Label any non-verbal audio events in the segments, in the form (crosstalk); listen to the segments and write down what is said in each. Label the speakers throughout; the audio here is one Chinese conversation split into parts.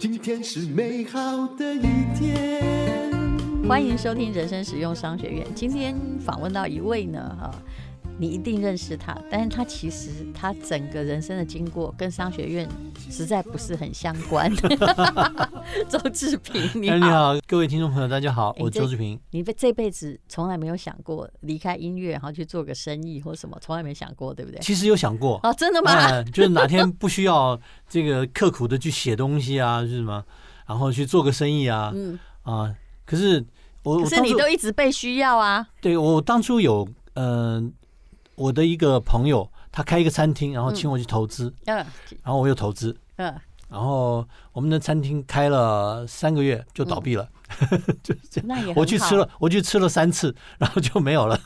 Speaker 1: 今天是美好的一天。
Speaker 2: 欢迎收听人生实用商学院。今天访问到一位呢，哈、你一定认识他，但是他其实他整个人生的经过跟商学院实在不是很相
Speaker 3: (laughs)
Speaker 2: 关。周志平，你
Speaker 3: 哎，你
Speaker 2: 好，
Speaker 3: 好，各位听众朋友，大家好，
Speaker 2: 哎
Speaker 3: 我
Speaker 2: 这
Speaker 3: 周志平。
Speaker 2: 你被这辈子从来没有想过离开音乐，然后去做个生意或什么，从来没想过，对不对？
Speaker 3: 其实有想过，
Speaker 2: 哦，真的吗？
Speaker 3: 哎，就是哪天不需要这个刻苦的去写东西啊，是什么，然后去做个生意啊，
Speaker 2: 嗯，
Speaker 3: 啊，可是我
Speaker 2: 可
Speaker 3: 我
Speaker 2: 是
Speaker 3: 当
Speaker 2: 你
Speaker 3: 初
Speaker 2: 都一直被需要啊。
Speaker 3: 对我当初有嗯，我的一个朋友，他开一个餐厅，然后请我去投资，
Speaker 2: 嗯
Speaker 3: 然后我又投资，
Speaker 2: 嗯，
Speaker 3: 然后我们的餐厅开了三个月就倒闭了，
Speaker 2: 那也嗯很好
Speaker 3: 我去吃，了，我去吃了三次，然后就没有了。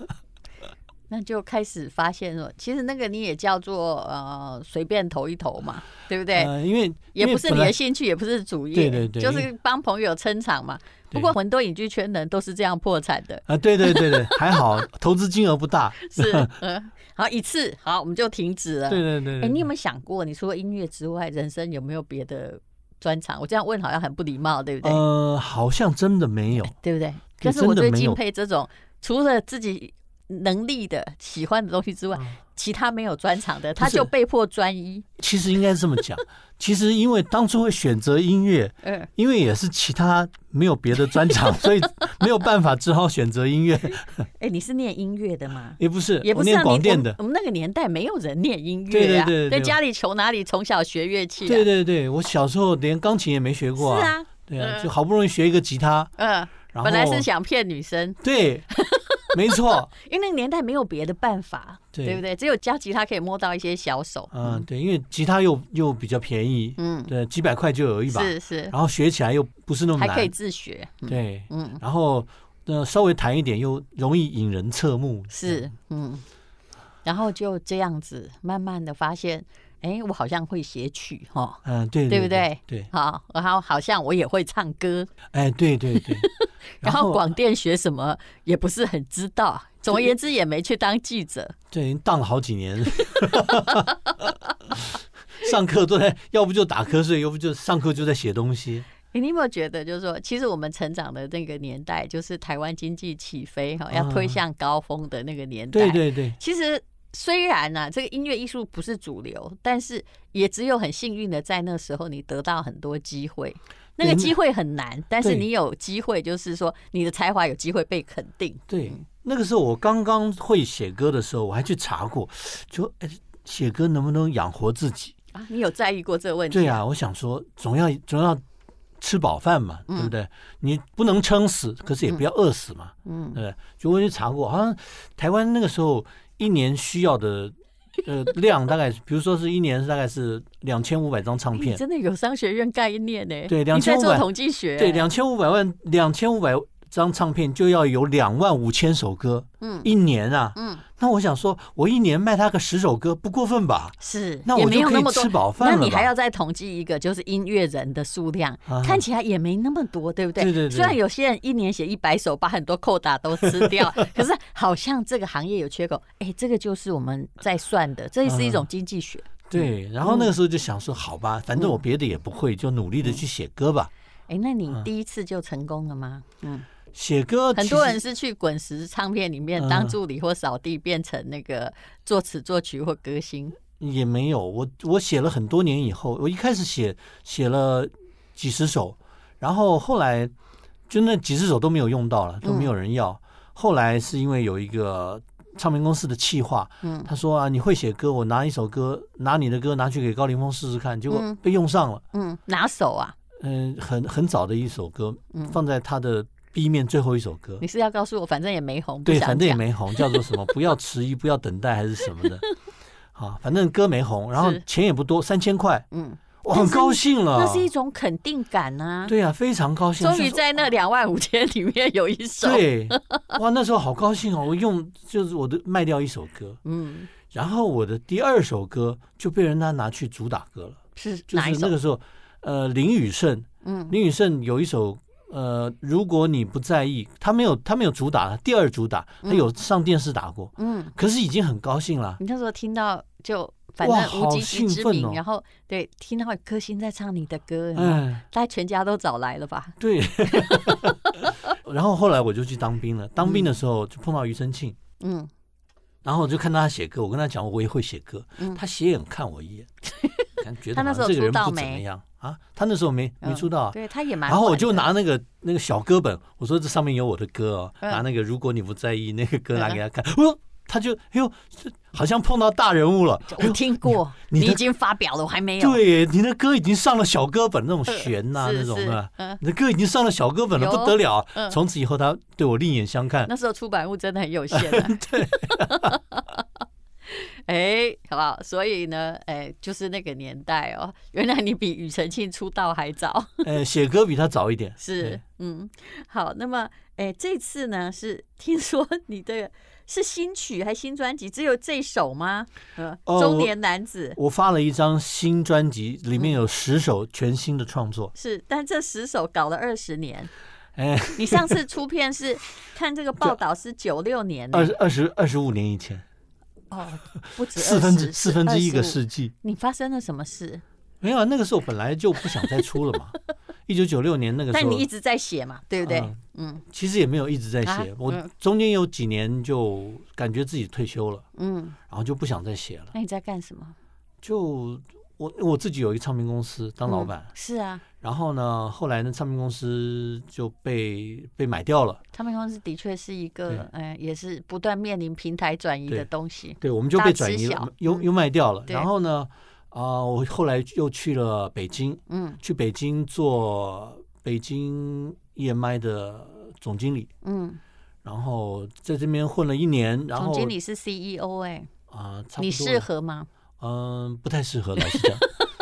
Speaker 2: 那就开始发现了，其实那个你也叫做呃随便投一投嘛，对不对？
Speaker 3: 呃，因为
Speaker 2: 也
Speaker 3: 因为
Speaker 2: 不是
Speaker 3: 本
Speaker 2: 你
Speaker 3: 来
Speaker 2: 的兴趣，也不是主业，
Speaker 3: 对对对
Speaker 2: 就是帮朋友撑场嘛。不
Speaker 3: 对
Speaker 2: 过很多影剧圈的人都是这样破产
Speaker 3: (laughs)
Speaker 2: 的，
Speaker 3: 啊，对对对对，还好，投资金额不大。
Speaker 2: 是，嗯，好一次，好我们就停止了。
Speaker 3: 对对对
Speaker 2: 哎、
Speaker 3: 对
Speaker 2: 你有没有想过，你除了音乐之外，人生有没有别的专长？我这样问好像很不礼貌，对不对？
Speaker 3: 呃，好像真的没有。
Speaker 2: 对不对？
Speaker 3: 对
Speaker 2: 但是我
Speaker 3: 真的
Speaker 2: 最
Speaker 3: 没
Speaker 2: 敬
Speaker 3: 有
Speaker 2: 佩这种除了自己能力的、喜欢的东西之外，其他没有专长的，他
Speaker 3: 啊不是
Speaker 2: 就被迫专一。
Speaker 3: 其实应该这么讲，其实因为当初会选择音乐，
Speaker 2: 嗯，
Speaker 3: 因为也是其他没有别的专长，所以没有办法，只好选择音乐。
Speaker 2: 哎、你是念音乐的吗？
Speaker 3: 也不是，
Speaker 2: (laughs) 也不
Speaker 3: 我
Speaker 2: 是、啊、
Speaker 3: 念
Speaker 2: 你
Speaker 3: 广
Speaker 2: 我
Speaker 3: 电
Speaker 2: 们
Speaker 3: 的。
Speaker 2: 我们那个年代没有人念音
Speaker 3: 对
Speaker 2: 乐
Speaker 3: 对
Speaker 2: 呀、
Speaker 3: 对
Speaker 2: 在
Speaker 3: 对
Speaker 2: 家里穷哪里？从小学乐器、啊。
Speaker 3: 对对对，我小时候连钢琴也没学过
Speaker 2: 是
Speaker 3: 啊。
Speaker 2: 啊，
Speaker 3: 对
Speaker 2: 嗯
Speaker 3: 啊，就好不容易学一个吉他，
Speaker 2: 嗯，
Speaker 3: 然后
Speaker 2: 本来是想骗女生， (laughs)
Speaker 3: 对，没错，
Speaker 2: 因为那个年代没有别的办法，
Speaker 3: 对
Speaker 2: 不对？只有教吉他可以摸到一些小手。
Speaker 3: 嗯，对，因为吉他又又比较便宜，
Speaker 2: 嗯，
Speaker 3: 对，几百块就有一把，
Speaker 2: 是是，
Speaker 3: 然后学起来又不是那么
Speaker 2: 还可以
Speaker 3: 难，
Speaker 2: 自学。
Speaker 3: 对，
Speaker 2: 嗯，
Speaker 3: 然后呃稍微弹一点又容易引人侧目，
Speaker 2: 是，嗯，然后就这样子慢慢的发现，哎，我好像会写曲哈，
Speaker 3: 嗯，对
Speaker 2: 对
Speaker 3: 对
Speaker 2: 不对
Speaker 3: 对，
Speaker 2: 好，然后好像我也会唱歌，，
Speaker 3: 哎，对对对
Speaker 2: (laughs) 然后广电学什么也不是很知道，总而言之也没去当记者。
Speaker 3: 对当了好 (laughs) 几年，上课都在，要不就打瞌睡，要不就上课就在写东西，
Speaker 2: 诶你有没有觉得，就是说，其实我们成长的那个年代，就是台湾经济起飞哈，要推
Speaker 3: 啊
Speaker 2: 向高峰的那个年代。
Speaker 3: 对对对，
Speaker 2: 其实虽然呢、这个音乐艺术不是主流，但是也只有很幸运的在那时候，你得到很多机会。那
Speaker 3: 对
Speaker 2: 个
Speaker 3: 那
Speaker 2: 机会很难，但是
Speaker 3: 对
Speaker 2: 你有机会，就是说你的才华有机会被肯定。
Speaker 3: 对，那个时候我刚刚会写歌的时候，我还去查过，就哎写歌能不能养活自己？
Speaker 2: 啊，你有在意过这个问题？
Speaker 3: 对啊，我想说，总要总要吃饱饭嘛，
Speaker 2: 嗯
Speaker 3: 对不对？你不能撑死，可是也不要饿死嘛，嗯，对不对。就我去查过，好像台湾那个时候一年需要的呃量大概，比如说是一年大概是两千五百张唱
Speaker 2: 你
Speaker 3: 片，
Speaker 2: 真的有商学院概念呢、
Speaker 3: 对
Speaker 2: 你在做
Speaker 3: 2500
Speaker 2: 统计学、
Speaker 3: 对，两千五百万两千五百张唱片就要有两万五千首歌，
Speaker 2: 嗯
Speaker 3: 一年啊，
Speaker 2: 嗯，
Speaker 3: 那我想说，我一年卖他个十首歌，不过分吧？
Speaker 2: 是，
Speaker 3: 那
Speaker 2: 也
Speaker 3: 我
Speaker 2: 没
Speaker 3: 就
Speaker 2: 有
Speaker 3: 可
Speaker 2: 那
Speaker 3: 以
Speaker 2: 么多
Speaker 3: 吃。饱
Speaker 2: 那
Speaker 3: 饭了
Speaker 2: 你还
Speaker 3: 吧？
Speaker 2: 要再统计一个，就是音乐人的数量，
Speaker 3: 啊
Speaker 2: 看起来也没那么多，对不对？
Speaker 3: 对对对
Speaker 2: 虽然有些人一年写一百首，把很多扣打都吃掉，
Speaker 3: (laughs)
Speaker 2: 可是好像这个行业有缺口。哎，这个就是我们在算的，这是一
Speaker 3: 啊
Speaker 2: 种经济学。
Speaker 3: 对，
Speaker 2: 嗯
Speaker 3: 然后那个时候就想说，好吧，反正我别的也不会，就努力的去写歌吧。
Speaker 2: 哎、那你第一次就成功了吗？嗯，
Speaker 3: 写歌
Speaker 2: 很
Speaker 3: 啊其
Speaker 2: 多
Speaker 3: 实
Speaker 2: 人是去滚石唱片里面当
Speaker 3: 嗯
Speaker 2: 助理或扫地，变成那个作词作曲或歌星。
Speaker 3: 也没有，我我写了很多年以后，我一开始写写了几十首，然后后来就那几十首都没有用
Speaker 2: 嗯
Speaker 3: 到了，都没有人要。后来是因为有一个唱片公司的企划，
Speaker 2: 嗯
Speaker 3: 他说啊，你会写歌，我拿一首歌，拿你的歌拿去给高凌风试试看，结果
Speaker 2: 嗯
Speaker 3: 被用上了。
Speaker 2: 嗯，拿手啊？
Speaker 3: 嗯，很很早的一首歌，
Speaker 2: 嗯
Speaker 3: 放在他的 B 面最后一首歌。
Speaker 2: 你是要告诉我，反正也没红，不
Speaker 3: 对，
Speaker 2: 想
Speaker 3: 反正也
Speaker 2: 讲
Speaker 3: 没红，叫做什么？不要迟疑，不要等待，还是什么的。啊，反正歌没红，然后
Speaker 2: 是
Speaker 3: 钱也不多，三千块，
Speaker 2: 嗯，
Speaker 3: 我
Speaker 2: 但
Speaker 3: 很
Speaker 2: 是
Speaker 3: 高兴了
Speaker 2: 那。是一种肯定感啊。
Speaker 3: 嗯对啊，非常高兴。
Speaker 2: 终
Speaker 3: 就
Speaker 2: 于
Speaker 3: 是
Speaker 2: 在那两万五千里面有一
Speaker 3: (laughs)
Speaker 2: 首。 (laughs)
Speaker 3: 对，哇，那时候好高兴哦！我用就是我的卖掉一首歌，
Speaker 2: 嗯，
Speaker 3: 然后我的第二首歌就被人家拿去主打歌了，
Speaker 2: 是
Speaker 3: 就
Speaker 2: 哪
Speaker 3: 是
Speaker 2: 一首？
Speaker 3: 那个时候，呃，林宇胜，
Speaker 2: 嗯
Speaker 3: 林宇胜有一首。呃，如果你不在意，他没有，他没有主打，第二主打，他有上电视打过，
Speaker 2: 嗯，
Speaker 3: 可是已经很高兴了。
Speaker 2: 你那时候听到就反正
Speaker 3: 哇
Speaker 2: 无
Speaker 3: 好
Speaker 2: 及其
Speaker 3: 兴
Speaker 2: 之
Speaker 3: 奋
Speaker 2: 名，
Speaker 3: 哦
Speaker 2: 然后对，听到歌星在唱你的歌，有没有
Speaker 3: 哎，
Speaker 2: 大家全家都找来了吧？
Speaker 3: 对。
Speaker 2: (laughs)
Speaker 3: 然后后来我就去当兵了，当兵的时候就碰到庾澄庆，
Speaker 2: 嗯，
Speaker 3: 然后我就看到他写歌，我跟他讲我也会写歌，
Speaker 2: 嗯
Speaker 3: 他斜眼看我一眼，感
Speaker 2: (laughs)
Speaker 3: 觉
Speaker 2: 他
Speaker 3: 得
Speaker 2: 那
Speaker 3: 好
Speaker 2: 时候
Speaker 3: 像这个
Speaker 2: 出
Speaker 3: 人
Speaker 2: 道
Speaker 3: 不怎么
Speaker 2: 没
Speaker 3: 样啊。他那时候没没
Speaker 2: 嗯
Speaker 3: 出道啊，
Speaker 2: 对，他也蛮晚的。
Speaker 3: 然后我就拿那个那个小歌本，我说这上面有我的歌哦，
Speaker 2: 嗯
Speaker 3: 拿那个如果你不在意那个歌拿给他看，我说他就哎呦，这好像碰到大人物了。
Speaker 2: 我听过，
Speaker 3: (laughs) 你
Speaker 2: 你
Speaker 3: 的
Speaker 2: 已经发表了，我还没有。呃
Speaker 3: 对，你的歌已经上了小歌本那种弦呐、
Speaker 2: 是
Speaker 3: 啊那种
Speaker 2: 是
Speaker 3: 的，
Speaker 2: 嗯
Speaker 3: 你的歌已经上了小歌本了，
Speaker 2: 有
Speaker 3: 不得了。啊
Speaker 2: 嗯
Speaker 3: 从此以后，他对我另眼相看。
Speaker 2: (laughs) 那时候出版物真的很有限、
Speaker 3: (laughs)
Speaker 2: 啊。 (laughs) 哎，好不好？所以呢，哎，就是那个年代哦，原来你比庾澄庆出道还早，
Speaker 3: 呃，写歌比他早一点，
Speaker 2: 是
Speaker 3: 对，
Speaker 2: 嗯，好，那么，哎，这次呢是听说你的是新曲还新专辑，只有这首吗？呃，
Speaker 3: 哦
Speaker 2: 中
Speaker 3: 我
Speaker 2: 年男子
Speaker 3: 我发了一张新专辑，里面
Speaker 2: 嗯
Speaker 3: 有十首全新的创作。
Speaker 2: 是，但这十首搞了二十
Speaker 3: (laughs)
Speaker 2: 年，
Speaker 3: 哎，
Speaker 2: 你上次出片是看这个报道是九六年呢
Speaker 3: (laughs) 二十二十二十五年以前，
Speaker 2: 哦，不止
Speaker 3: 四分之
Speaker 2: 20
Speaker 3: 四分之一个。
Speaker 2: 25
Speaker 3: 世纪。
Speaker 2: 你发生了什么事？
Speaker 3: 没有，啊，那个时候本来就不想再出了
Speaker 2: (laughs)
Speaker 3: 嘛。一九九六年那个
Speaker 2: 但
Speaker 3: 时候
Speaker 2: 你，一直在写嘛，对不对？嗯
Speaker 3: 其实也没有一直在
Speaker 2: 啊
Speaker 3: 写，我
Speaker 2: 嗯
Speaker 3: 中间有几年就感觉自己退休了，
Speaker 2: 嗯，
Speaker 3: 然后就不想再写了。
Speaker 2: 那你在干什么？
Speaker 3: 就我我自己有一个唱片公司当老板，
Speaker 2: 是啊，
Speaker 3: 然后呢，后来呢，唱片公司就被被买掉了，
Speaker 2: 唱片公司的确是一个
Speaker 3: 对，
Speaker 2: 呃，也是不断面临平台转移的
Speaker 3: 对
Speaker 2: 东西。
Speaker 3: 对，我们就
Speaker 2: 大
Speaker 3: 被
Speaker 2: 知
Speaker 3: 转移
Speaker 2: 晓
Speaker 3: 了，又
Speaker 2: 嗯
Speaker 3: 又卖掉了。
Speaker 2: 对
Speaker 3: 然后呢，啊，我后来又去了北京，
Speaker 2: 嗯
Speaker 3: 去北京做北京 EMI 的总经理。
Speaker 2: 嗯，
Speaker 3: 然后在这边混了一年，然
Speaker 2: 总
Speaker 3: 后
Speaker 2: 经理是 CEO 哎、
Speaker 3: 啊、差不多
Speaker 2: 你适合
Speaker 3: (laughs)
Speaker 2: 吗？
Speaker 3: 嗯、不太适合，老
Speaker 2: (laughs)
Speaker 3: 实讲，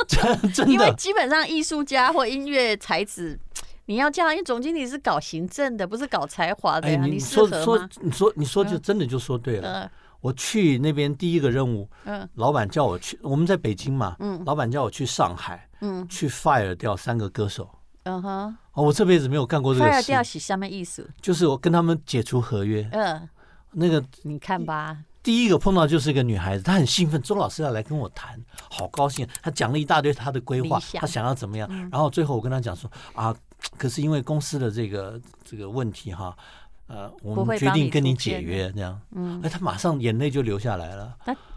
Speaker 3: 真真
Speaker 2: 因为
Speaker 3: 的
Speaker 2: 基本上艺术家或音乐才子，你要这样，因为总经理是搞行政的，不是搞才华的
Speaker 3: 哎，
Speaker 2: 呀、
Speaker 3: 你
Speaker 2: 适
Speaker 3: 说
Speaker 2: 合
Speaker 3: 说
Speaker 2: 吗？嗯
Speaker 3: 你说你说就真的就说对了。
Speaker 2: 呃
Speaker 3: 我去那边第一个任务，
Speaker 2: 嗯
Speaker 3: 老板叫我去，我们在北京嘛，
Speaker 2: 嗯
Speaker 3: 老板叫我去上海
Speaker 2: 嗯
Speaker 3: 去 fire 掉三个歌手。
Speaker 2: 嗯哼，
Speaker 3: 哦，我这辈子没有干过这个
Speaker 2: 快掉
Speaker 3: 事，
Speaker 2: 是什么意思？
Speaker 3: 就是我跟他们解除合约。
Speaker 2: 嗯，
Speaker 3: 那个
Speaker 2: 你看吧，
Speaker 3: 第一个碰到就是一个女孩子，她很兴奋，周老师要来跟我谈，好高兴。她讲了一大堆她的规划
Speaker 2: 理，想嗯
Speaker 3: 她想要怎么样。然后最后我跟她讲说啊，可是因为公司的这个这个问题哈，呃，我
Speaker 2: 不会
Speaker 3: 们决
Speaker 2: 帮你
Speaker 3: 定跟你
Speaker 2: 出片
Speaker 3: 解约这样。嗯，哎，她马上眼泪就流下来了。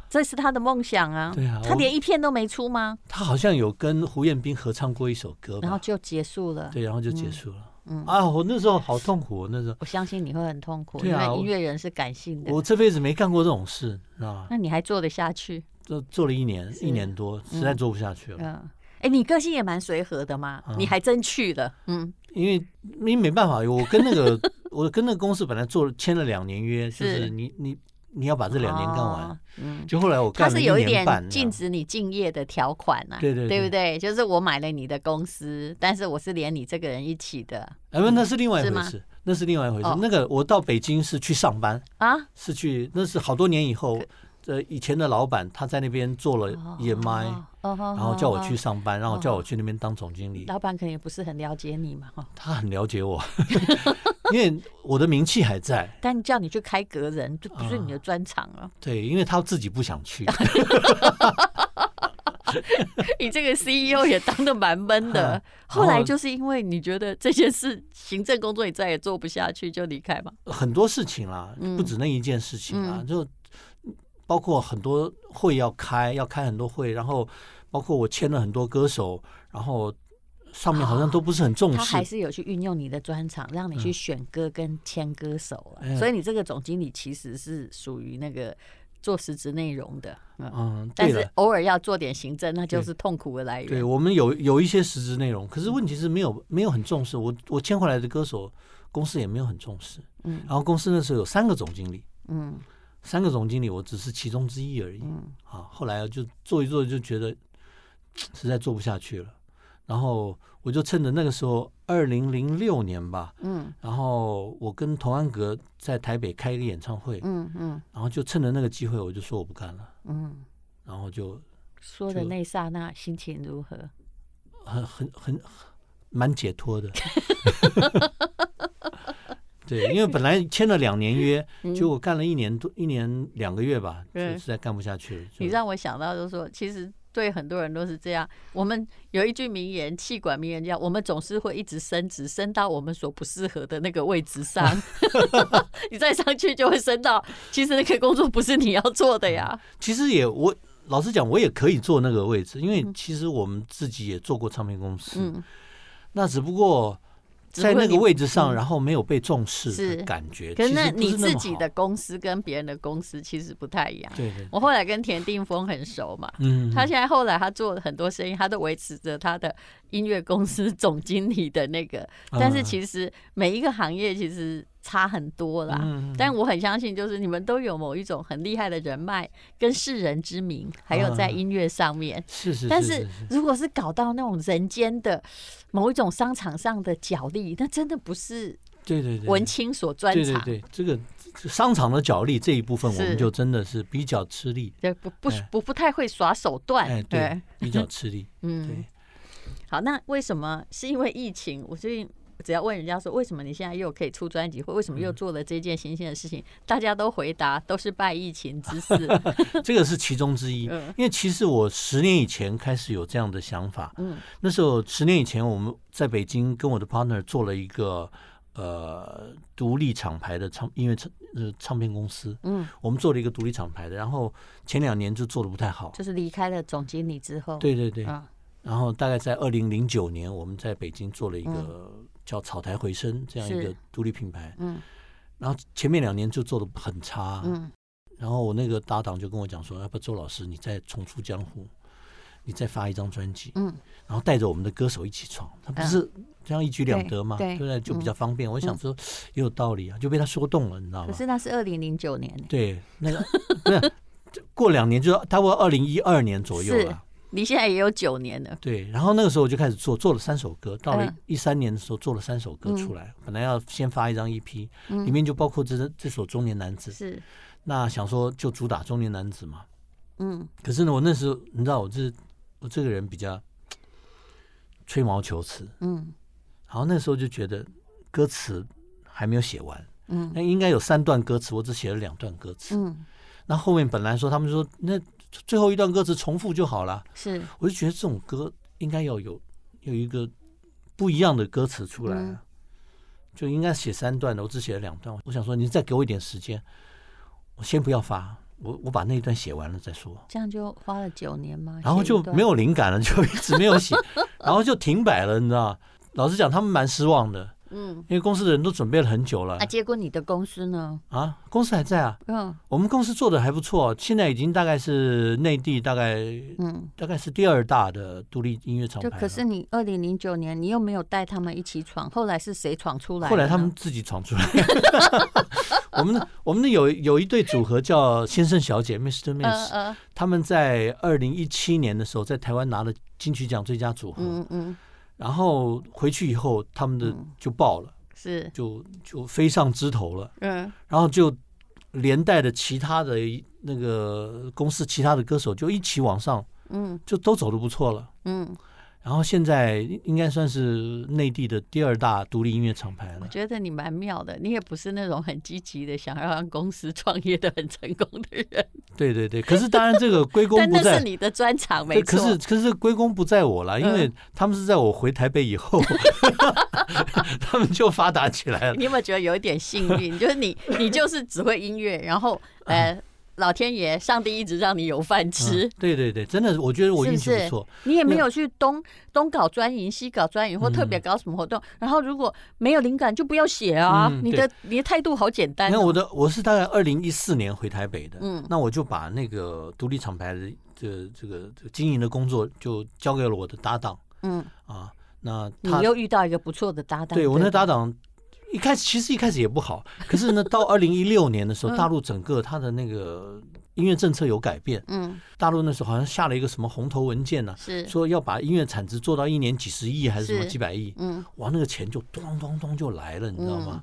Speaker 2: 这是他的梦想啊。
Speaker 3: 对啊
Speaker 2: 他
Speaker 3: 我
Speaker 2: 连一片都没出吗？
Speaker 3: 她好像有跟胡彦斌合唱过一首歌
Speaker 2: 然后
Speaker 3: 吧？
Speaker 2: 就结束了。
Speaker 3: 对，然后就结束了。嗯啊，我那时候好痛苦，我那时
Speaker 2: (laughs)
Speaker 3: 候
Speaker 2: 我相信你会很痛苦，
Speaker 3: 对啊
Speaker 2: 因为
Speaker 3: 我
Speaker 2: 音乐人是感性的。
Speaker 3: 我这辈子没干过这种事，你知道吗？
Speaker 2: 那你还做得下去？
Speaker 3: 做做了一年
Speaker 2: 是
Speaker 3: 一年多，实在做不下去了。
Speaker 2: 嗯，哎，你个性也蛮随和的嘛，
Speaker 3: 嗯
Speaker 2: 你还真去了。嗯，
Speaker 3: 因为因为没办法，我跟
Speaker 2: (laughs)
Speaker 3: 那个我跟那个公司本来做签了两年约，就是你你你要把这两年干完
Speaker 2: 哦，。嗯。
Speaker 3: 就后来我
Speaker 2: 它
Speaker 3: 干了
Speaker 2: 是有一
Speaker 3: 年
Speaker 2: 点
Speaker 3: 半，
Speaker 2: 禁止你敬业的条款呐、啊，
Speaker 3: 对对对
Speaker 2: 不对？就是我买了你的公司，但是我是连你这个人一起的
Speaker 3: 哎不，那是另外一
Speaker 2: 是
Speaker 3: 回
Speaker 2: 吗
Speaker 3: 事，那是另外一回事
Speaker 2: 哦。
Speaker 3: 那个我到北京是去上班，
Speaker 2: 啊。
Speaker 3: 是去那是好多年以后，呃，以前的老板他在那边做了 EMI，
Speaker 2: 哦
Speaker 3: 然后叫我去，
Speaker 2: 哦
Speaker 3: 上班，然后
Speaker 2: 哦
Speaker 3: 叫我去那边当总经理，
Speaker 2: 老板可能也不是很了解你嘛，哦哈，
Speaker 3: 他很了解我， (laughs) 因为我的名气还在。
Speaker 2: 但叫你去开格人，这不是你的专长啊。
Speaker 3: 对，因为他自己不想去，，
Speaker 2: 你这个 CEO 也当的蛮闷的后来就是因为你觉得这件事行政工作你再也做不下去，就离开嘛。
Speaker 3: 很多事情啦，
Speaker 2: 嗯
Speaker 3: 不止那一件事情啦，
Speaker 2: 嗯
Speaker 3: 就包括很多会要开，要开很多会，然后包括我签了很多歌手，然后上面好像都不是很重
Speaker 2: 哦他
Speaker 3: 视。
Speaker 2: 还是有去运用你的专长，让你去选歌跟签歌手啊。
Speaker 3: 嗯
Speaker 2: 所以你这个总经理其实是属于那个做实质内容的，嗯，
Speaker 3: 嗯，
Speaker 2: 但
Speaker 3: 对
Speaker 2: 是
Speaker 3: 了，
Speaker 2: 偶尔要做点行政，那就是痛苦的来源。
Speaker 3: 对我们有有一些实质内容，可
Speaker 2: 嗯
Speaker 3: 是问题是没有没有很重视。我我签回来的歌手，公司也没有很重视。
Speaker 2: 嗯
Speaker 3: 然后公司那时候有三个总经理，
Speaker 2: 嗯
Speaker 3: 三个总经理我只是其中之一而已。
Speaker 2: 嗯
Speaker 3: 啊，后来就做一做就觉得实在做不下去了，然后我就趁着那个时候，二零零六年吧，
Speaker 2: 嗯
Speaker 3: 然后我跟童安格在台北开一个演唱会，
Speaker 2: 嗯嗯
Speaker 3: 然后就趁着那个机会，我就说我不干了，
Speaker 2: 嗯，
Speaker 3: 然后就
Speaker 2: 说的
Speaker 3: 就
Speaker 2: 那刹那心情如何？ (laughs)
Speaker 3: 很很很蛮解脱的。对，因为本来签了两年约，
Speaker 2: 嗯
Speaker 3: 结果干了一年多，一年两个月吧，就
Speaker 2: 对
Speaker 3: 实在干不下去了。就
Speaker 2: 你让我想到就是说，其实对很多人都是这样。我们有一句名言，气管名言叫“我们总是会一直升职，升到我们所不适合的那个位置
Speaker 3: (laughs)
Speaker 2: 上， (laughs) 你再上去就会升到，其实那个工作不是你要做的呀。
Speaker 3: 其实也我老实讲，我也可以坐那个位置，因为其实我们自己也做过唱片公司，
Speaker 2: 嗯，
Speaker 3: 那只不过
Speaker 2: 只不
Speaker 3: 在
Speaker 2: 过
Speaker 3: 那个
Speaker 2: 你嗯
Speaker 3: 位置上，然后没有被重视
Speaker 2: 是
Speaker 3: 的感觉。
Speaker 2: 可是
Speaker 3: 其
Speaker 2: 那
Speaker 3: 实不
Speaker 2: 你
Speaker 3: 那
Speaker 2: 自
Speaker 3: 么
Speaker 2: 己
Speaker 3: 好
Speaker 2: 的公司跟别人的公司其实不太一样。
Speaker 3: 对对，
Speaker 2: 我后来跟田定峰很熟嘛，
Speaker 3: 嗯，
Speaker 2: 他现在后来他做了很多生意，他都维持着他的音乐公司 (laughs) 总经理的那个，
Speaker 3: 嗯
Speaker 2: 但是其实每一个行业其实差很多啦。
Speaker 3: 嗯
Speaker 2: 但我很相信，就是你们都有某一种很厉害的人脉跟世人之名，还有在
Speaker 3: 嗯
Speaker 2: 音乐上面。
Speaker 3: 是是，
Speaker 2: 但
Speaker 3: 是
Speaker 2: 是如果是搞到那种人间的某一种商场上的角力，那真的不是
Speaker 3: 对对对，
Speaker 2: 文青所专
Speaker 3: 对对
Speaker 2: 长，
Speaker 3: 对，这个商场的角力这一部分，我
Speaker 2: 是
Speaker 3: 们就真的是比较吃力，
Speaker 2: 对不不
Speaker 3: 哎
Speaker 2: 不不太会耍手段。
Speaker 3: 哎，对，比较吃力，
Speaker 2: 嗯
Speaker 3: 对，
Speaker 2: 好，那为什么是因为疫情？我最近只要问人家说，为什么你现在又可以出专辑，或为什么又
Speaker 3: 嗯
Speaker 2: 做了这件新鲜的事情，大家都回答都是拜疫情之
Speaker 3: (laughs)
Speaker 2: 赐。 (laughs)
Speaker 3: 这个是其中之一。
Speaker 2: 嗯
Speaker 3: 因为其实我十年以前开始有这样的想法，
Speaker 2: 嗯
Speaker 3: 那时候十年以前我们在北京跟我的 partner 做了一个呃独立厂牌的唱音乐唱呃唱片公司，
Speaker 2: 嗯，
Speaker 3: 我们做了一个独立厂牌的，然后前两年就做的不太好，
Speaker 2: 就是离开了总经理之后，
Speaker 3: 对对对，
Speaker 2: 啊，
Speaker 3: 然后大概在二零零九年，我们在北京做了一个叫“草台回声”这样一个
Speaker 2: 嗯是
Speaker 3: 独立品牌。
Speaker 2: 嗯
Speaker 3: 然后前面两年就做的很差，啊
Speaker 2: 嗯
Speaker 3: 然后我那个搭档就跟我讲说：“要不周老师，你再重出江湖，你再发一张专辑，
Speaker 2: 嗯，
Speaker 3: 然后带着我们的歌手一起闯，他不是这样一举两得嘛，
Speaker 2: 对对嗯
Speaker 3: 对不对？就比较方便。我想说也有道理啊，就被他说动了，你知道
Speaker 2: 可
Speaker 3: 吗？
Speaker 2: 是那是二零零九年呢，
Speaker 3: 对，那个 (laughs) 不是过两年就差不多二零一二年左右
Speaker 2: 是
Speaker 3: 了。”
Speaker 2: 离现在也有九年了。
Speaker 3: 对，然后那个时候我就开始做，做了三首歌，到了
Speaker 2: 嗯
Speaker 3: 一三年的时候做了三首歌出来，本来要先发一张 EP，、里面就包括这这首《中年男子》，
Speaker 2: 嗯是，
Speaker 3: 那想说就主打中年男子嘛。
Speaker 2: 嗯
Speaker 3: 可是呢，我那时候你知道我这我这个人比较吹毛求疵，
Speaker 2: 嗯
Speaker 3: 然后那时候就觉得歌词还没有写完，
Speaker 2: 嗯
Speaker 3: 那应该有三段歌词，我只写了两段歌词。
Speaker 2: 嗯，
Speaker 3: 那后面本来说他们说那最后一段歌词重复就好了，
Speaker 2: 是
Speaker 3: 我就觉得这种歌应该要有有一个不一样的歌词出来、啊，
Speaker 2: 嗯
Speaker 3: 就应该写三段的，我只写了两段。我想说，你再给我一点时间，我先不要发，我我把那一段写完了再说。
Speaker 2: 这样就花了九年吗？
Speaker 3: 然后
Speaker 2: 啊写一
Speaker 3: 就
Speaker 2: 段
Speaker 3: 没有灵感了，就一直没有写，然后就停摆了，你知道？老实讲，他们蛮失望的，
Speaker 2: 嗯
Speaker 3: 因为公司的人都准备了很久了
Speaker 2: 啊，结果你的公司呢？
Speaker 3: 啊，公司还在啊，
Speaker 2: 嗯
Speaker 3: 我们公司做的还不错，现在已经大概是内地大概
Speaker 2: 嗯。
Speaker 3: 大概是第二大的独立音乐厂牌
Speaker 2: 就
Speaker 3: 了。
Speaker 2: 可是你二零零九年，你又没有带他们一起闯，后来是谁闯出来的呢？
Speaker 3: 后来他们自己闯出来。 (laughs) 我们的我们的有有一对组合叫先生小姐 Mr.
Speaker 2: 呃
Speaker 3: Miss，、
Speaker 2: 呃
Speaker 3: 他们在二零一七年的时候在台湾拿了金曲奖最佳组合，
Speaker 2: 嗯嗯
Speaker 3: 然后回去以后他们的就爆了，
Speaker 2: 是
Speaker 3: 就就飞上枝头了，
Speaker 2: 嗯
Speaker 3: 然后就连带着其他的一那个公司其他的歌手就一起往上，
Speaker 2: 嗯
Speaker 3: 就都走的不错了。
Speaker 2: 嗯，
Speaker 3: 然后现在应该算是内地的第二大独立音乐厂牌了
Speaker 2: 我。觉得你蛮妙的，你也不是那种很积极的想要让公司创业的很成功的人，
Speaker 3: 对对对，可是当然这个归功
Speaker 2: 但
Speaker 3: 不
Speaker 2: 那
Speaker 3: 在
Speaker 2: 是，你的专长，没
Speaker 3: 对，
Speaker 2: 错嗯
Speaker 3: 可。是可是归功不在我了，因为他们是在我回台北以后， (laughs) 他们就发达起来了。
Speaker 2: 你有没有觉得有一点幸运？就是你，你就是只会音乐，然后呃，老天爷、上帝一直让你有饭吃
Speaker 3: 嗯，对对对，真的，我觉得我运气
Speaker 2: 是不是
Speaker 3: 不错。嗯
Speaker 2: 你也没有去东东搞专营、西搞专营，或特别搞什么活动。然后如果没有灵感，就不要写啊！
Speaker 3: 嗯
Speaker 2: 你的你的态度好简单、
Speaker 3: 那我
Speaker 2: 哦。
Speaker 3: 的我是大概二零一四年回台北的，
Speaker 2: 嗯
Speaker 3: 那我就把那个独立厂牌的这这个这个经营的工作就交给了我的搭档
Speaker 2: 嗯，
Speaker 3: 啊。那
Speaker 2: 你
Speaker 3: 他
Speaker 2: 又遇到一个不错的搭档。
Speaker 3: 对我那
Speaker 2: 吧
Speaker 3: 搭档一开始其实一开始也不好，可是呢，到二零一六年的时候，
Speaker 2: 嗯
Speaker 3: 大陆整个他的那个音乐政策有改变，
Speaker 2: 嗯
Speaker 3: 大陆那时候好像下了一个什么红头文件呢、
Speaker 2: 是
Speaker 3: 说要把音乐产值做到一年几十亿还是什么
Speaker 2: 是
Speaker 3: 几百亿，
Speaker 2: 嗯
Speaker 3: 哇，那个钱就咚咚咚就来了，你知道吗？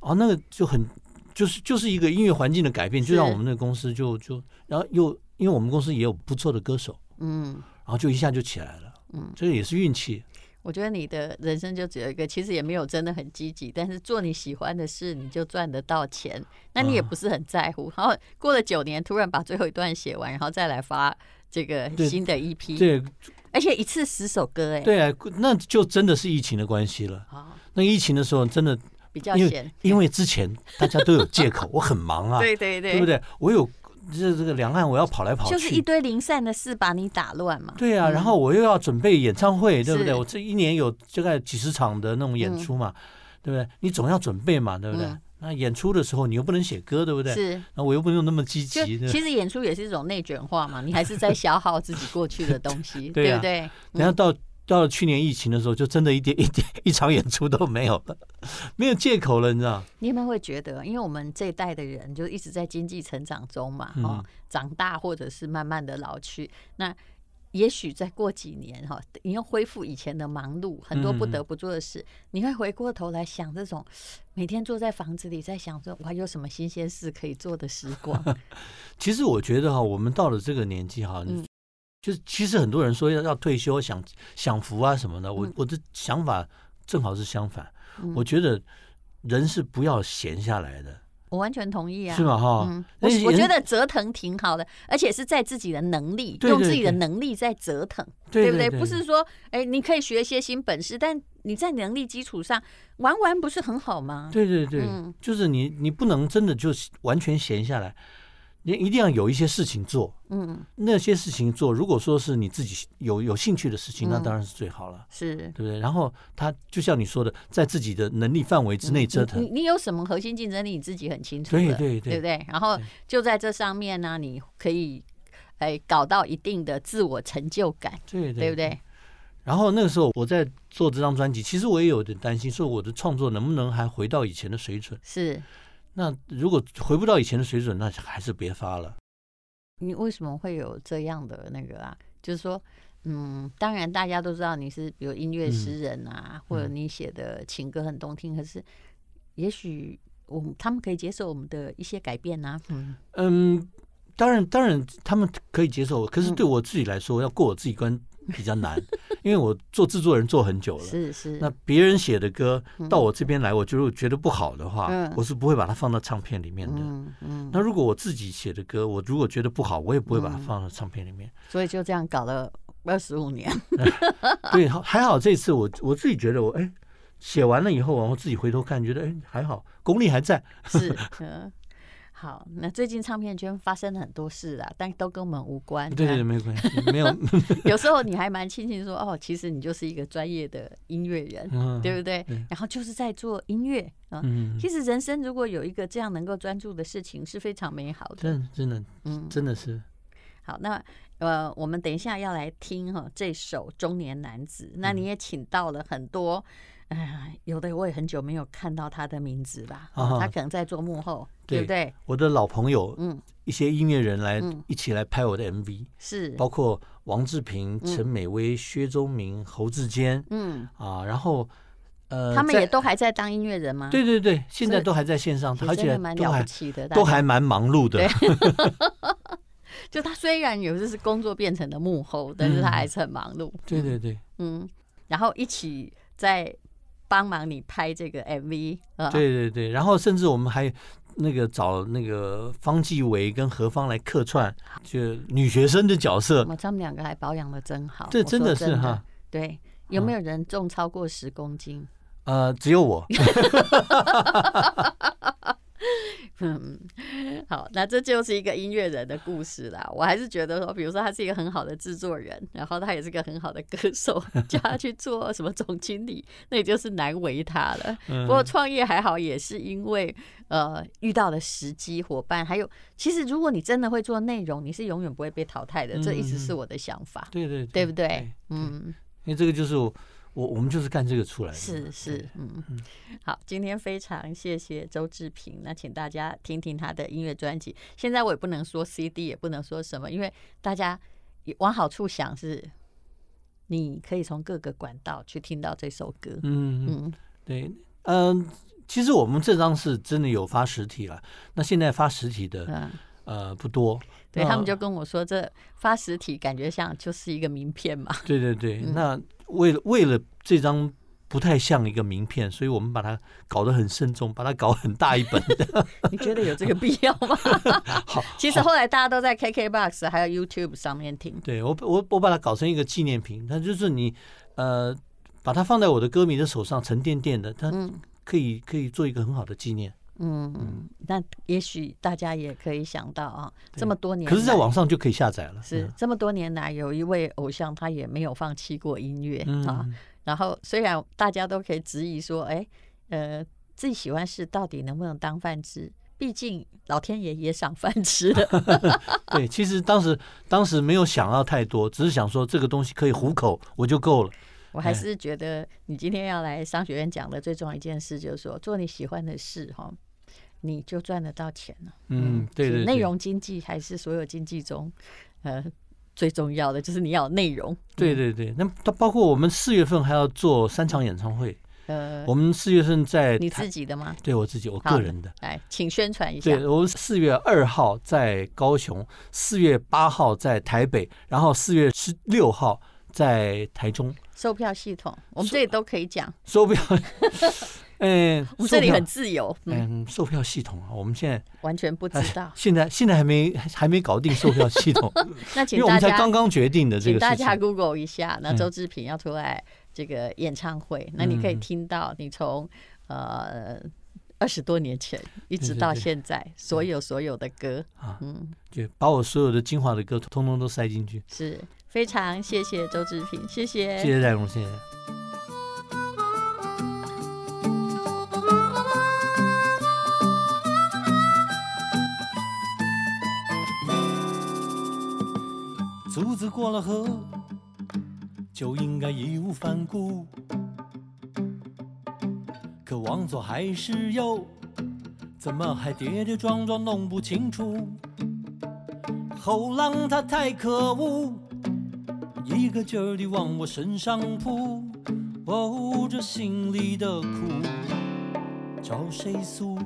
Speaker 3: 啊，那个就很就是就是一个音乐环境的改变，
Speaker 2: 是
Speaker 3: 就让我们那个公司就就然后又因为我们公司也有不错的歌手，
Speaker 2: 嗯，
Speaker 3: 然后就一下就起来了，
Speaker 2: 嗯，
Speaker 3: 这个也是运气，
Speaker 2: 我觉得你的人生就只有一个，其实也没有真的很积极，但是做你喜欢的事，你就赚得到钱，那你也
Speaker 3: 啊
Speaker 2: 不是很在乎。然后过了九年，突然把最后一段写完，然后再来发这个
Speaker 3: 对
Speaker 2: 新的 EP，
Speaker 3: 这
Speaker 2: 而且一次十首歌，哎，
Speaker 3: 对啊，那就真的是疫情的关系了。
Speaker 2: 啊，
Speaker 3: 那疫情的时候，真的
Speaker 2: 比较
Speaker 3: 因
Speaker 2: 闲
Speaker 3: 为，因为之前大家都有借口，我很忙啊，
Speaker 2: (laughs) 对对
Speaker 3: 对不对？我有这这个两岸，我要跑来跑去，
Speaker 2: 就是一堆零散的事把你打乱嘛。
Speaker 3: 对啊，然后我又要准备演唱会，对不对？
Speaker 2: 嗯是
Speaker 3: 我这一年有大概几十场的那种演出嘛，对不对？你总要准备嘛，对不对？
Speaker 2: 嗯
Speaker 3: 那演出的时候你又不能写歌，对不对？
Speaker 2: 是，
Speaker 3: 那我又不用那么积
Speaker 2: 就
Speaker 3: 极，对不
Speaker 2: 其
Speaker 3: 对
Speaker 2: 实演出也是一种内卷化嘛，你还是在消耗自己过去的东西，
Speaker 3: (laughs) 对啊
Speaker 2: 不对？
Speaker 3: 然后到到了去年疫情的时候，就真的一点 (laughs) 一点一场演出都没有了，没有借口了，你知道？
Speaker 2: 你有没有会觉得，因为我们这一代的人就一直在经济成长中嘛，
Speaker 3: 嗯
Speaker 2: 哦，长大或者是慢慢的老去，那也许再过几年哈、你又恢复以前的忙碌，很多不
Speaker 3: 嗯
Speaker 2: 得不做的事，你会回过头来想这种每天坐在房子里在想说，我还有什么新鲜事可以做的时
Speaker 3: (laughs)
Speaker 2: 光？
Speaker 3: 其实我觉得哈，我们到了这个年纪哈，
Speaker 2: 嗯
Speaker 3: 就是其实很多人说要要退休、享享福啊什么的，我、我的想法正好是相反。
Speaker 2: 嗯
Speaker 3: 我觉得人是不要闲下来的，
Speaker 2: 我完全同意啊，
Speaker 3: 是吗？哈、
Speaker 2: 嗯，
Speaker 3: 那
Speaker 2: 我
Speaker 3: 人
Speaker 2: 我觉得折腾挺好的，而且是在自己的能力，
Speaker 3: 对
Speaker 2: 用
Speaker 3: 对
Speaker 2: 自己的
Speaker 3: 对
Speaker 2: 能力在折腾，
Speaker 3: 对
Speaker 2: 不
Speaker 3: 对
Speaker 2: 不是说，哎，你可以学一些新本事，但你在能力基础上玩玩不是很好吗？
Speaker 3: 对对对，
Speaker 2: 嗯
Speaker 3: 就是你你不能真的就是完全闲下来，你一定要有一些事情做。
Speaker 2: 嗯，
Speaker 3: 那些事情做，如果说是你自己有有兴趣的事情，那
Speaker 2: 嗯
Speaker 3: 当然是最好了，
Speaker 2: 是。
Speaker 3: 对不对？然后他就像你说的，在自己的能力范围之内
Speaker 2: 嗯
Speaker 3: 折腾
Speaker 2: 你，你有什么核心竞争力，你自己很清楚的，
Speaker 3: 对对对
Speaker 2: 不对？然后就在这上面呢、你可以哎搞到一定的自我成就感，
Speaker 3: 对
Speaker 2: 对不对？
Speaker 3: 然后那个时候我在做这张专辑，其实我也有点担心，说我的创作能不能还回到以前的水准？
Speaker 2: 是
Speaker 3: 那如果回不到以前的水准，那还是别发了。
Speaker 2: 你为什么会有这样的那个啊？就是说，嗯，当然大家都知道你是比如音
Speaker 3: 嗯
Speaker 2: 乐诗人啊，或者你写的情歌很动听，可是也许我们他们可以接受我们的一些改变啊。嗯，
Speaker 3: 嗯，当然，当然，他们可以接受，可
Speaker 2: 嗯
Speaker 3: 是对我自己来说，要过我自己关比较
Speaker 2: (laughs)
Speaker 3: 难，因为我做制作人做很久了。
Speaker 2: 是是，
Speaker 3: 那别人写的歌到我这边来，我觉得我觉得不好的话，
Speaker 2: 嗯
Speaker 3: 我是不会把它放到唱片里面的。
Speaker 2: 嗯嗯，
Speaker 3: 那如果我自己写的歌，我如果觉得不好，我也不会把它放到唱片里面。
Speaker 2: 所以就这样搞了二十五年。嗯
Speaker 3: 对，好还好这次我我自己觉得我哎，写完了以后，然后自己回头看，觉得哎还好，功力还在。 (laughs)
Speaker 2: 是，嗯，好，那最近唱片圈发生了很多事啊，但都跟我们无关。啊
Speaker 3: 对对对，没关系，
Speaker 2: (laughs)
Speaker 3: 没有，
Speaker 2: 有时候你还蛮庆幸说，哦，其实你就是一个专业的音乐人，
Speaker 3: 嗯
Speaker 2: 对不对？
Speaker 3: 对
Speaker 2: 然后就是在做音乐啊。
Speaker 3: 嗯，
Speaker 2: 其实人生如果有一个这样能够专注的事情，是非常美好的。
Speaker 3: 真的真的
Speaker 2: 嗯，
Speaker 3: 真的是，
Speaker 2: 好，那呃，我们等一下要来听哈、这首《中年男子》，那
Speaker 3: 嗯
Speaker 2: 你也请到了很多，哎、有的我也很久没有看到他的名字啦，
Speaker 3: 啊哈
Speaker 2: 他可能在做幕后，对
Speaker 3: 对
Speaker 2: 不对？
Speaker 3: 我的老朋友，
Speaker 2: 嗯，
Speaker 3: 一些音乐人来
Speaker 2: 嗯
Speaker 3: 一起来拍我的 MV，
Speaker 2: 是，
Speaker 3: 包括王志平、陈美薇、薛忠明、侯志坚
Speaker 2: 嗯，
Speaker 3: 啊，然后呃，
Speaker 2: 他们
Speaker 3: 在
Speaker 2: 也都还在当音乐人吗？
Speaker 3: 对对对，现
Speaker 2: 所
Speaker 3: 在
Speaker 2: 以
Speaker 3: 都还在线上，
Speaker 2: 也
Speaker 3: 而
Speaker 2: 真
Speaker 3: 且
Speaker 2: 的蛮
Speaker 3: 都
Speaker 2: 了
Speaker 3: 还
Speaker 2: 不起的，大
Speaker 3: 都
Speaker 2: 家
Speaker 3: 还蛮忙碌的
Speaker 2: 对。就他虽然有的是工作变成了幕后，但是他还是很忙碌，
Speaker 3: (laughs) 嗯对对对
Speaker 2: 嗯，然后一起在帮忙你拍这个 MV 啊、
Speaker 3: 对对对，然后甚至我们还。那个找那个方季韦跟何芳来客串，
Speaker 2: 啊
Speaker 3: 就女学生的角色，
Speaker 2: 我他们两个还保养的真好，
Speaker 3: 这
Speaker 2: 嗯我
Speaker 3: 真
Speaker 2: 说
Speaker 3: 的
Speaker 2: 真
Speaker 3: 是哈，
Speaker 2: 对，有没有人重超过十公斤？
Speaker 3: 呃，只有
Speaker 2: (laughs)
Speaker 3: 我，
Speaker 2: 嗯，好，那这就是一个音乐人的故事啦。我还是觉得说，比如说他是一个很好的制作人，然后他也是个很好的歌手， (laughs) 叫他去做什么总经理，那也就是难为他了。不过创业还好，也是因为呃遇到了时机、伙伴，还有其实如果你真的会做内容，你是永远不会被淘汰的。这一直是我的想法，
Speaker 3: 对对
Speaker 2: 对不对？
Speaker 3: 对
Speaker 2: 嗯。
Speaker 3: 因为这个就是我我我们就是干这个出来的，
Speaker 2: 是是，嗯，好，今天非常谢谢周志平，那请大家听听他的音乐专辑。现在我也不能说 CD，也不能说什么，因为大家也往好处想是，你可以从各个管道去听到这首歌。
Speaker 3: 嗯，
Speaker 2: 嗯，
Speaker 3: 对，嗯，其实我们这张是真的有发实体了，那现在发实体的
Speaker 2: 嗯
Speaker 3: 呃不多，
Speaker 2: 对
Speaker 3: 那 (laughs)
Speaker 2: 他们就跟我说，这发实体感觉像就是一个名片嘛。
Speaker 3: 对对对，那为了为了这张不太像一个名片，所以我们把它搞得很慎重，把它搞很大一
Speaker 2: (laughs)
Speaker 3: 本。
Speaker 2: 你觉得有这个必要吗？
Speaker 3: (laughs) 好，
Speaker 2: (laughs) 其实后来大家都在 KKBox 还有 YouTube 上面听，
Speaker 3: 对我我我把它搞成一个纪念品，它就是你呃把它放在我的歌迷的手上，沉甸甸的，它
Speaker 2: 嗯
Speaker 3: 可以可以做一个很好的纪念。
Speaker 2: 嗯，那也许大家也可以想到啊，
Speaker 3: 对
Speaker 2: 这么多年来，
Speaker 3: 可是，在网上就可以下载了。
Speaker 2: 是这么多年来，有一位偶像他也没有放弃过音乐
Speaker 3: 嗯
Speaker 2: 啊，然后虽然大家都可以质疑说，哎，呃，自己喜欢事到底能不能当饭吃？毕竟老天爷也赏饭吃
Speaker 3: (laughs)
Speaker 2: 的，
Speaker 3: 对，其实当时当时没有想要太多，只是想说这个东西可以糊口，我就够了。
Speaker 2: 我
Speaker 3: 哎
Speaker 2: 还是觉得你今天要来商学院讲的最重要一件事，就是说做你喜欢的事哈，你就赚得到钱了。
Speaker 3: 嗯，对
Speaker 2: 是
Speaker 3: 对对，
Speaker 2: 内容经济还是所有经济中，呃，最重要的就是你要有内容。
Speaker 3: 对对对。那它包括我们四月份还要做三场演唱会，
Speaker 2: 呃，
Speaker 3: 我们四月份在
Speaker 2: 你
Speaker 3: 台
Speaker 2: 自己的吗？
Speaker 3: 对我自己我
Speaker 2: 好
Speaker 3: 个人的，
Speaker 2: 来，请宣传一下。
Speaker 3: 哎对我们四月二号在高雄，四月八号在台北，然后四月十六号在台中。
Speaker 2: 售票系统，我们这里都可以讲，
Speaker 3: 售
Speaker 2: (laughs)
Speaker 3: 票，嗯，
Speaker 2: 我们这里很
Speaker 3: 售票
Speaker 2: 自由，嗯，
Speaker 3: 嗯，售票系统啊，我们现在
Speaker 2: 完全不知道。
Speaker 3: 现在现在还没还还没搞定售票系统，
Speaker 2: 那
Speaker 3: 哎因
Speaker 2: 请
Speaker 3: 为我
Speaker 2: 大
Speaker 3: 们才
Speaker 2: 家，
Speaker 3: 刚刚决定的这
Speaker 2: 请
Speaker 3: 个
Speaker 2: 大
Speaker 3: 事
Speaker 2: 家
Speaker 3: 情。
Speaker 2: Google 一下，那
Speaker 3: 嗯
Speaker 2: 周志平要出来这个演唱会，那你可以听到你从呃。二十多年前一直
Speaker 3: 对对
Speaker 2: 到
Speaker 3: 对
Speaker 2: 现在，所有所有的歌，
Speaker 3: 啊
Speaker 2: 嗯，
Speaker 3: 对，把我所有的精华的歌通通都塞进去。
Speaker 2: 是非常谢谢周志平，谢谢，
Speaker 3: 谢谢戴荣，谢谢。
Speaker 1: 竹子过了河，就应该义无反顾。可往左还是右，怎么还跌跌撞撞弄不清楚？后浪它太可恶，一个劲儿地往我身上扑。哦，这心里的苦，找谁诉？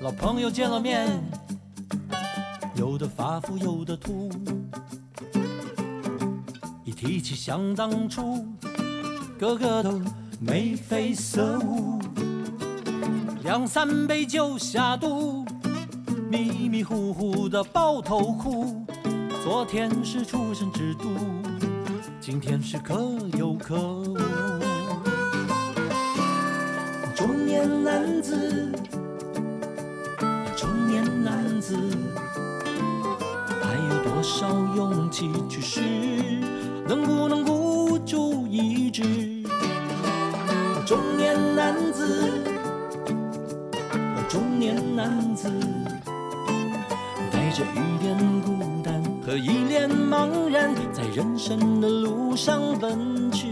Speaker 1: 老朋友见了面。有的发肤，有的秃。一提起想当初，个个都眉飞色舞，两三杯就下肚，迷迷糊糊的抱头哭。昨天是出生之都，今天是可有可无。中年男子，中年男子。还有多少勇气去试？能不能孤注一掷？中年男子，中年男子，带着一点孤单和一脸茫然，在人生的路上奔去。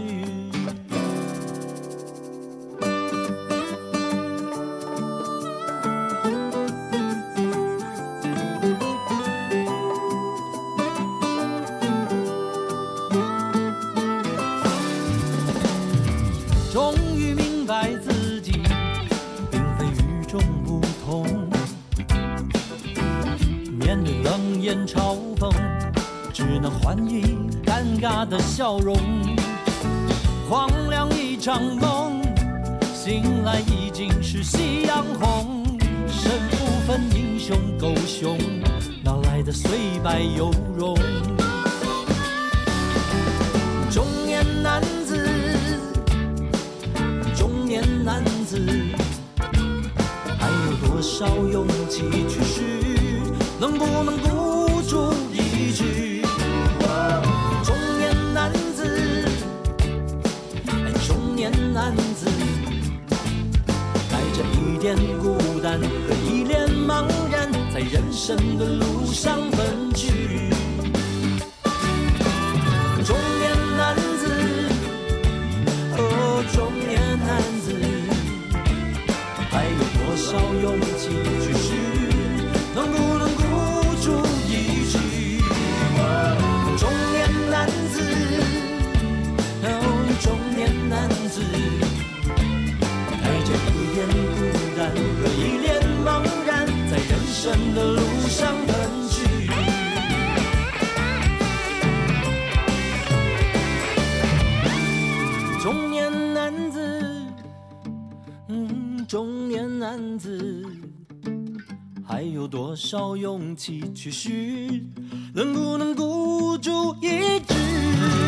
Speaker 1: 终于明白自己并非与众不同，面对冷眼嘲讽，只能还以尴尬的笑容。荒凉一场梦，醒来已经是夕阳红。身不分英雄狗熊，哪来的虽败犹荣？中年男子。中年男子，还有多少勇气去试？能不能孤注一掷？中年男子，哎，中年男子，带着一点孤单和一脸茫然，在人生的路上奔去。中年男子。哦，中年男子，还有多少勇气去试？能不能孤注一掷？中年男子，哦，中年男子，哦带着一点孤单和一脸茫然，在人生的路上奔去。嗯多少勇气去寻，能不能孤注一掷？哦哦